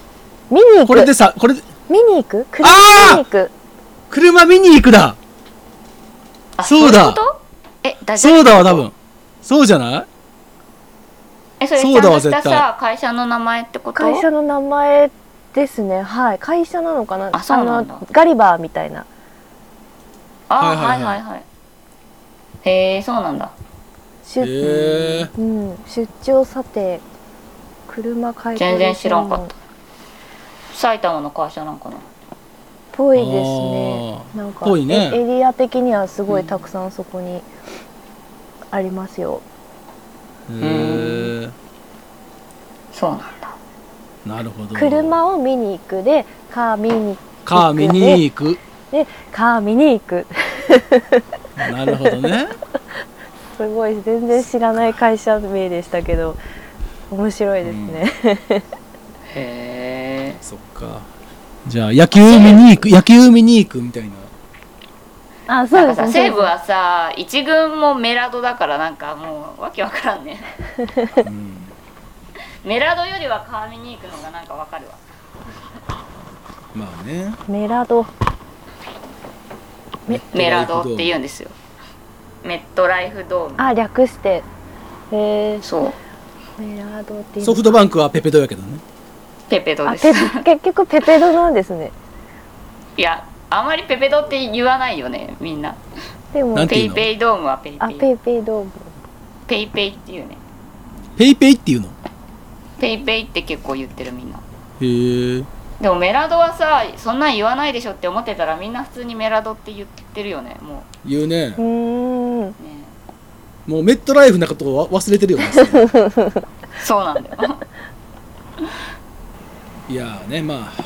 ミニー
これで
ク、
さこれで
ミニーク車ミニーク。
車見に行くだ
あ
そうだ
いことえダジャレ
そうだわ多分そうじゃない
えそれ
そう
ち
だ
ゃんと
わ
した
絶対
さ会社の名前ってこと
会社の名前ですね。はい、会社なのかな
あそうなんだ
の、ガリバーみたいな。
あ
は
はいい
は
はい
はい
いはいへえそうなんだ
出
へー
うん、出張査定。車買い取り
全然知らんか
専
っ
門
た埼玉の会社なんかな
ぽいですね。
あー
なんか
ぽいね
エエリア的にはすごいたくさんそこにありますよ。
へー
そうなんだ
なるほど
車を見に行くで、カー見に
カー見に行く
で、カー見に行く。
なるほどね
すごい全然知らない会社名でしたけど、面白いですね。
へえ
そっかじゃあ野球見に行く野球見に行くみたいな
あそ
な
うん
か
です
さ
ね
西武はさ一軍もメラドだからなんかもうわけわからんね
うん
メラドよりは川見に行くのがなんかわかるわ
まあね
メラド
メラドって言うんですよメットライフドーム
あ略してへえ
そう
メラドって言う
ソフトバンクはペペドやけどね
ペペド
あ
です
ペペ結局ペペドなんですね
いやあまりペペドって言わないよねみんな
でも
なんて
ペ
いう
イ
の
ペイドームはペイ
あ
ペ
ペ
イ
イペイドーム
ペイペイっていうね
ペイペイっていうの
ペイペイって結構言ってるみんな
へえ
でもメラドはさそんなん言わないでしょって思ってたらみんな普通にメラドって言ってるよねも
言うね
うーん
うね
もうメットライフなことを忘れてるよ ね
そうなんだよ
いやーねまあ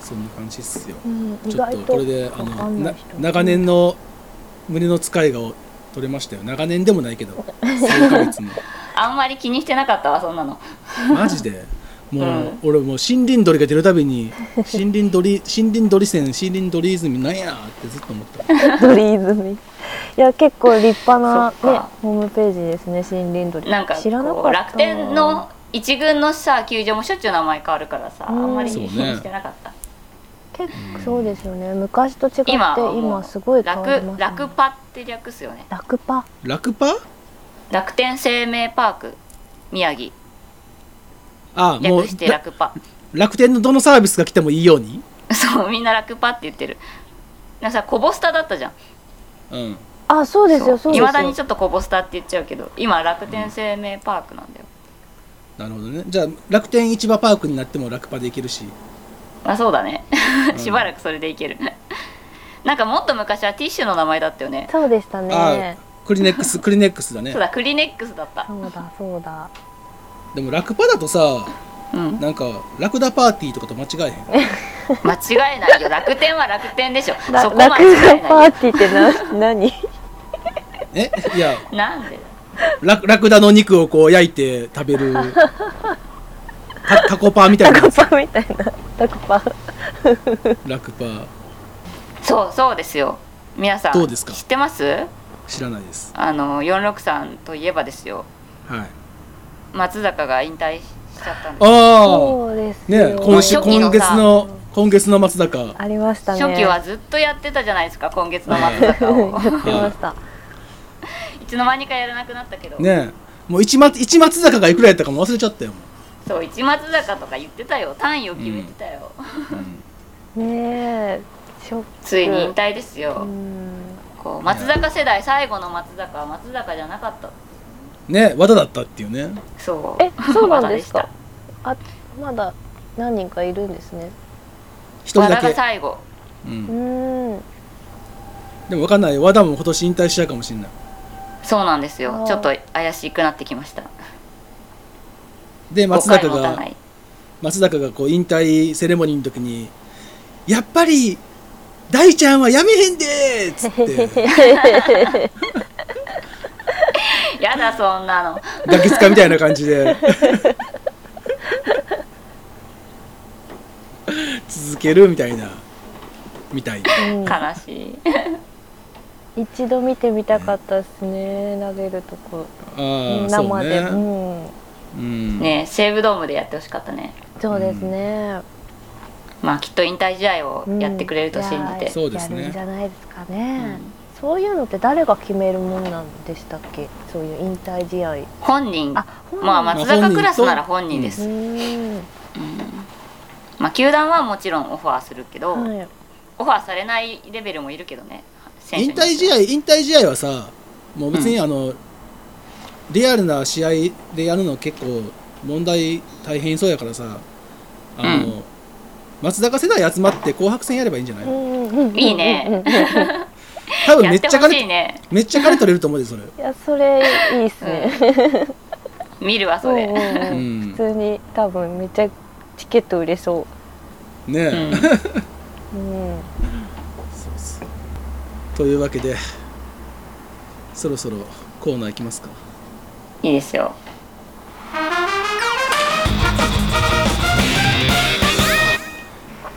そんな感じっすよ
うん意
ちょっ
外
と
と
これであ
わか
の
んない
な
人
長年の胸の使いが取れましたよ長年でもないけど 数ヶ月の
あんまり気にしてなかったわそんなの
マジでもう、俺もう森林鳥が出るたびに森林鳥森林鳥線森林鳥泉なんやってずっと思った
鳥泉いや結構立派な、
そっ
ね
か、
ホームページですね森林鳥
なんか
知らなか
こ
っ
う
た
楽天の一軍のさ球場もしょっちゅう名前変わるからさあ
うん
んまり気にしてなかった、
結構そうですよね昔と違って
今
今
はもう
すごい変わり
楽
ます
楽
ね、
パって略すよね
楽パ
楽パ
楽天生命パーク宮城
あもう
略して楽パ
楽天のどのサービスが来てもいいように
そうみんな楽パって言ってるなんかさコボスタだったじゃん
うん
あそうですよそう
い
ですよ
まだにちょっとコボスタって言っちゃうけど今楽天生命パークなんだよ、
なるほどねじゃあ楽天市場パークになっても楽パでいけるし
まあそうだね
ん
しばらくそれでいけるなんかもっと昔はティッシュの名前だったよね
そうでしたね
クリネックスクリネックスだね
そうだクリネックスだった
そうだそうだ
でも楽パだとさ
うん
なんかラクダパーティーとかと間違えへん
間違えないよ楽天は楽天でしょそ
ら
こ間
楽
違え
天パ
ない
ーティーってな 何
えいや
よなんで
ラクラクダの肉をこう焼いて 食べるタタコパみたいなや
楽
つ
パみたいな楽パ
ラクパ
そうそうですよ皆さん
どうですか
知ってます
知らないです
あの463といえばですよ
はい
松坂が引退しちゃったんで
あ
そうです
あね
よ
今週
初期の
今
さ
月の今月の松坂
ありましたね
す初期はずっとやってたじゃないですか今月の松坂 を
やってました
いつの間にかやらなくなったけど、
ねもう一松一松坂がいくらやったかも忘れちゃったよも
そう一松坂とか言ってたよ単位を決めてたよ、
う、うん
ねえショック
ついに引退ですよ、
うん
こう松坂世代最後の松坂は松坂じゃなかった
ね和田だったっていうね
そう
えそうなんです
和
か
田
あまだ何人かいるんですね
一
した
人
和
だ
田が
け、
最後
う、
うんーん
でも分かんない和田も今年引退しちゃうかもしれない
そうなんです
あ
よ
ー
ちょっと怪しくなってきました
で松坂
誤解持た
が
ない
松坂がこう引退セレモニーの時に「やっぱり大ちゃんはやめへんで!」っつって
やだそんなの
ガキ使みたいな感じ で続けるみたいなみたいな
うん
悲しい
一度見てみたかったですね投げるとこ
ああそう
生で
ね、
う,、ん
うん
ねえ西武ドームでやってほしかったね
そうですね、
まあきっと引退試合
うん
をやってくれると信じ
いや
て、
そうですね
やるんじゃないですかね、
うん
そういうのって誰が決めるもんなんでしたっけそういう引退試合
本人
あ本人
まあ松坂クラスなら本人で
う
す、
ーん
まあ球団はもちろんオファーするけど、
はい
オファーされないレベルもいるけどね選手
引
によって
退試合引退試合はさもう別にあの、リアルな試合でやるの結構問題大変そうやからさあの、
う
松坂世代集まって紅白戦やればいいんじゃない、
うんうんうん
いいね
多分
や
め
っ
ってちゃ
ほ
金
しいね
めっちゃ金取れると思うでそれ、
いやそれいいっすね、
見るわ
う
そ
ん
れ、
うん
う
う
んん、
普
ね
通に多分めっちゃチケット売れそ
え、
うん
う、うん、
そうそうというわけでそろそろコーナー行きますか
いいですよ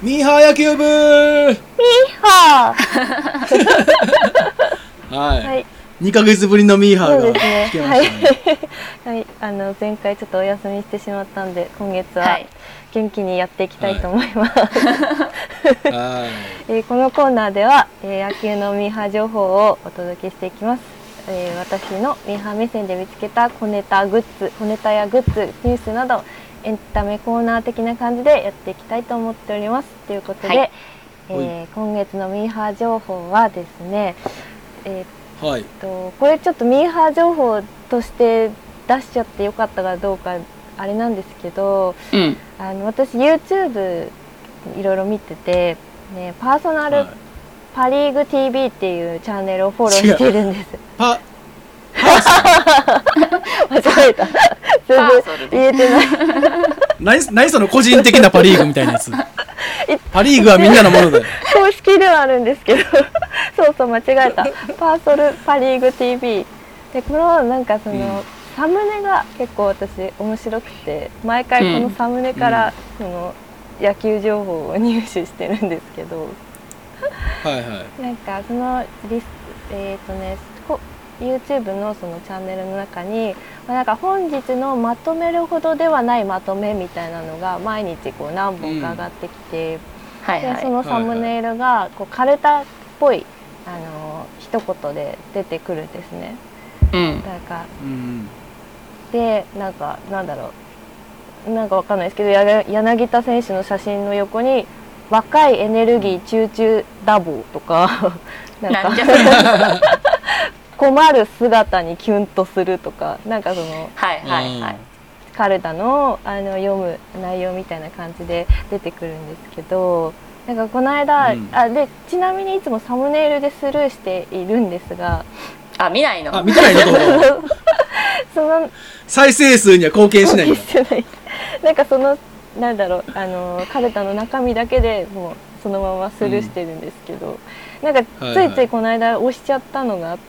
ミーハー野球部
はあ
はい、
はい、
2ヶ月ぶりのミーハ
そう
ーが
で
来
す
て
ね。
ま
はい
したね、。
はい、 あの前回ちょっとお休みしてしまったんで、今月
は
はい元気にやっていきたいと思います。
はい
えーこのコーナーでは、えー野球のミーハー情報をお届けしていきます、えー私のミーハー目線で見つけた小ネタグッズ小ネタやグッズニュースなどエンタメコーナー的な感じでやっていきたいと思っておりますということで、
はい
えー今月のミーハー情報はですねえーっ
はい
とこれちょっとミーハー情報として出しちゃってよかったかどうかあれなんですけど
うん
あの私 YouTube いろいろ見てて、ね、パーソナル
はい
パリーグ TV っていうチャンネルをフォローしてるんです。
パ
間違えた。
パー
全
ソルで
然言えてない。
何何その個人的なパ・リーグみたいなやつパ・リーグはみんなのものだよ
公式ではあるんですけど、そうそう間違えた。パーソルパリーグ TV でこのなんかその、
うん
サムネが結構私面白くて、毎回このサムネから、その野球情報を入手してるんですけど。
はいはい
なんかそのリスえっ、とねこ YouTube のそのチャンネルの中に、まあ、なんか本日のまとめるほどではないまとめみたいなのが毎日こう何本か上がってきて、
はいは
でそ
い
のサムネイルがこうカルタっぽいあの一言で出てくるんですね。
うん
なんか
うん
でなんかなんだろうなんかわかんないですけどやが柳田選手の写真の横に「若いエネルギー中中ダボ」とかなん
な
か
んじゃそれはい
困る姿にキュンとするとかなんかその
はいはい
カルタのあの読む内容みたいな感じで出てくるんですけどなんかこの間、
うん
あでちなみにいつもサムネイルでスルーしているんですが
あ見ないの
あ見てないのここ
その
再生数には貢献しないんだ
してないなんかそのなんだろうあのカルタの中身だけでもうそのままスルーしてるんですけど、なんか
はい
つ
はい
いついこの間押しちゃったのがあって、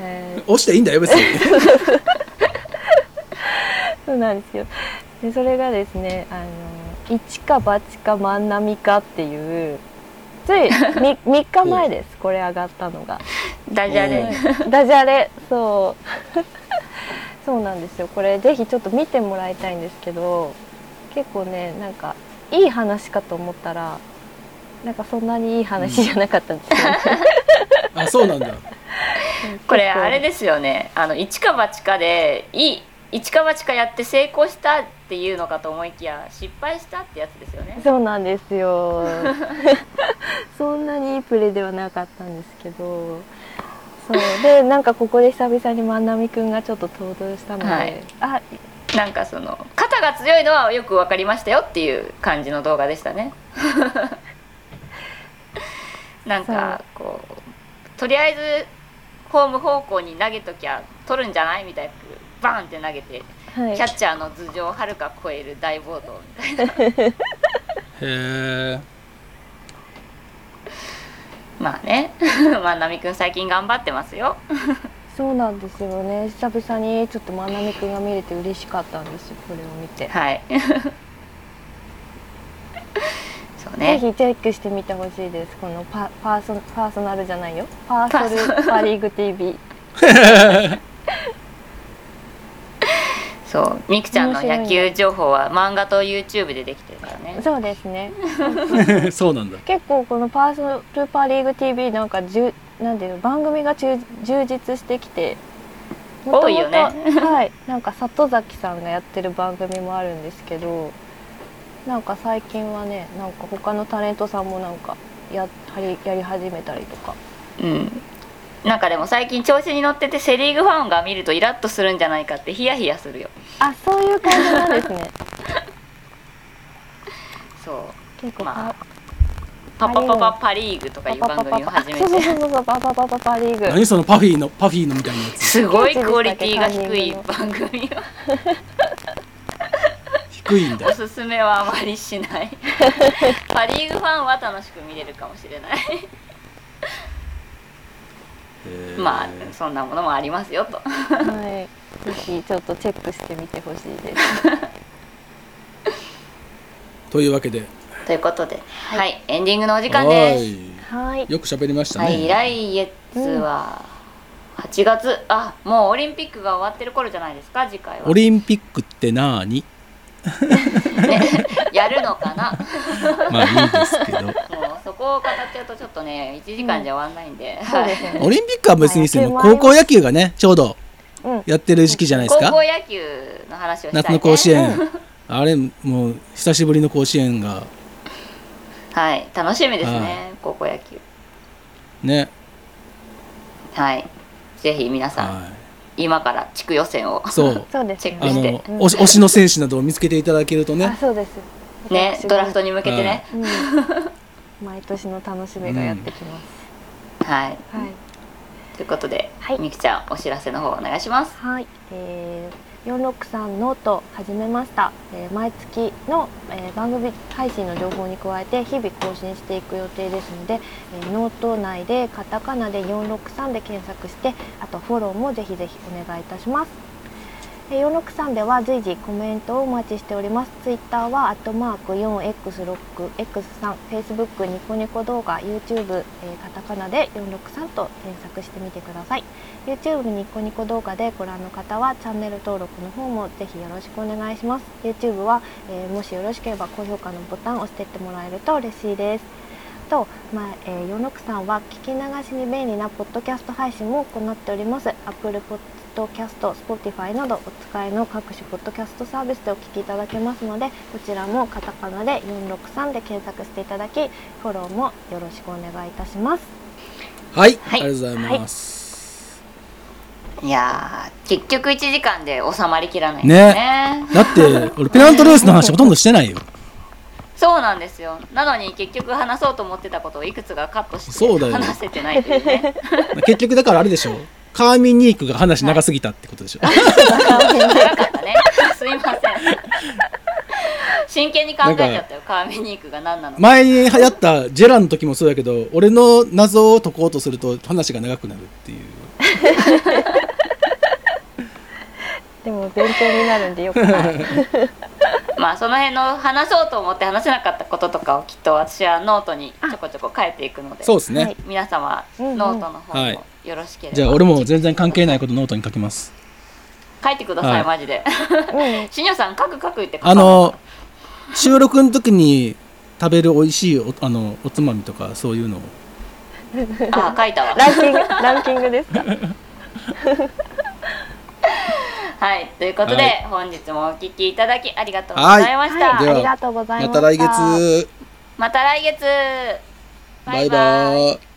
えー
押していいんだよ別に
そうなんですよ。でそれがですね、あの一か八か万波かっていう。つい み三日前です。これ上がったのが。
ダジャ
お
レ
ダジャレ、そう。そうなんですよ。これぜひちょっと見てもらいたいんですけど。結構ね、なんかいい話かと思ったら。なんかそんなにいい話じゃなかったんですよ、ね。
あそうなんだ
これあれ
で。
ですよねあの一か八かでいい一か八かやって成功したっていうのかと思いきや失敗したってやつですよね
そうなんで すよ。そんなにいいプレーではなかったんですけど。そうでなんかここで久々に万波くんがちょっと登場したので、
はい
あ
なんかその肩が強いのはよく分かりましたよっていう感じの動画でしたね なんかこうとりあえずホーム方向に投げときゃ取るんじゃないみたいなバーンって投げて
はい
キャッチャーの頭上をはるか超える大暴動みたいな
へえ
まあね万波くん最近頑張ってますよ
そうなんですよね久々にちょっと万波くんが見れて嬉しかったんですよこれを見て、
はい そう
ぜ
ね
ひチェックしてみてほしいですこのパパーソパーソナルじゃないよパーソルパリーグ TV
そうみくちゃんの野球情報は漫画と YouTube でできてるからね
そうですね
そうなんだ
結構このパーソルパリーグ TV なんかじゅなんていうの番組が充充実してきて
多いよね
元々 はいなんか里崎さんがやってる番組もあるんですけどなんか最近はねなんか他のタレントさんもなんかやはりやり始めたりとか
うん、なんかでも最近調子に乗っててセ・リーグファンが見るとイラッとするんじゃないかってヒヤヒヤするよ
あそういう感じなんですね
そう
結構
まあ
パ
パパパパパリーグとかいう番組を
あ
始
そうそう
め
そ
て
うそうパパパパパリーグ
何そのパフィーのパフィーのみたいなやつ
すごいクオリティが低い番組は
低いん だ
おすすめはあまりしないパ・リーグファンは楽しく見れるかもしれない
へー
まあそんなものもありますよと
はいぜひちょっとチェックしてみてほしいです
というわけで
ということではい、エンディングのお時間です
は
はい。
よく喋りました
は
ね、
い、来月は8月、あもうオリンピックが終わってる頃じゃないですか次回は
オリンピックってなーに
やるのかな
まあいいですけど
もうそこを語っちゃうとちょっとね1時間じゃ終わんないんで、
そう
は
で
い
すよね。
オリンピックは別にしても
はい
高校野球がねちょうど
うん。
やってる時期じゃないです
高校
か
野球の話をしたい、ね、
夏の甲子園 あれもう久しぶりの甲子園が
はい楽しみです
は
ね高校野球
ね
はいぜひ皆さん、
は
今から地区予選を
い そう
そうですよ
チェ
あ
ッ
ね。
ク
の
して
うん
推し推しの選手などを見つけていただけると
あ、
ね
そうです。
ねドラフトに向けてね、
うん。毎年の楽しみがやってきます。
はい
はい。
ということで、
はい
みきちゃんお知らせの方お願いします
はい、えー、463ノート始めました、えー毎月の、えー番組配信の情報に加えて日々更新していく予定ですので、えーノート内でカタカナで463で検索してあとフォローもぜひぜひお願いいたしますえー463では随時コメントをお待ちしております。ツイッターはアットマーク 4x6x3、Facebook ニコニコ動画、YouTube、えーカタカナで463と検索してみてください。YouTube ニコニコ動画でご覧の方はチャンネル登録の方もぜひよろしくお願いします YouTube は、えーもしよろしければ高評価のボタンを押してってもらえると嬉しいですと、まあえー、ヨノクさんは聞き流しに便利なポッドキャスト配信も行っております Apple Podcast、Spotify などお使いの各種ポッドキャストサービスでお聞きいただけますのでこちらもカタカナで463で検索していただきフォローもよろしくお願いいたします
はい、
はい
ありがとうございます、
いやー結局1時間で収まりきらないですね
だって俺ペナントレースの話ほとんどしてないよ
そうなんですよなのに結局話そうと思ってたことをいくつかカットして
そうだよ
話せてないっていう ね
結局だからあれでしょカーミン・ニークが話長すぎたってことでしょ、
長かったねすいません真剣に考えちゃったよカーミニークが何なのか
前に流行ったジェラの時もそうだけど俺の謎を解こうとすると話が長くなるっていう
でも勉強になるんでよかった
まあその辺の話そうと思って話せなかったこととかをきっと私はノートにちょこちょこ書いていくので
そうですね、
はい
皆様ノートの方
はい
もよろしければ、
じゃあ俺も全然関係ないことノートに書きます
書いてください、
はい
マジで
うん
しんよさん書く書く言って書か
あの収録の時に食べる美味しいおあのおつまみとかそういうのを
あ書いたわ
ランキング、ランキングですか。
はいということで、
はい
本日もお聞きいただきありがとうございました、
はいでは
ありがとうござい
ま
ましたた。
来月
また来月
バイバーイ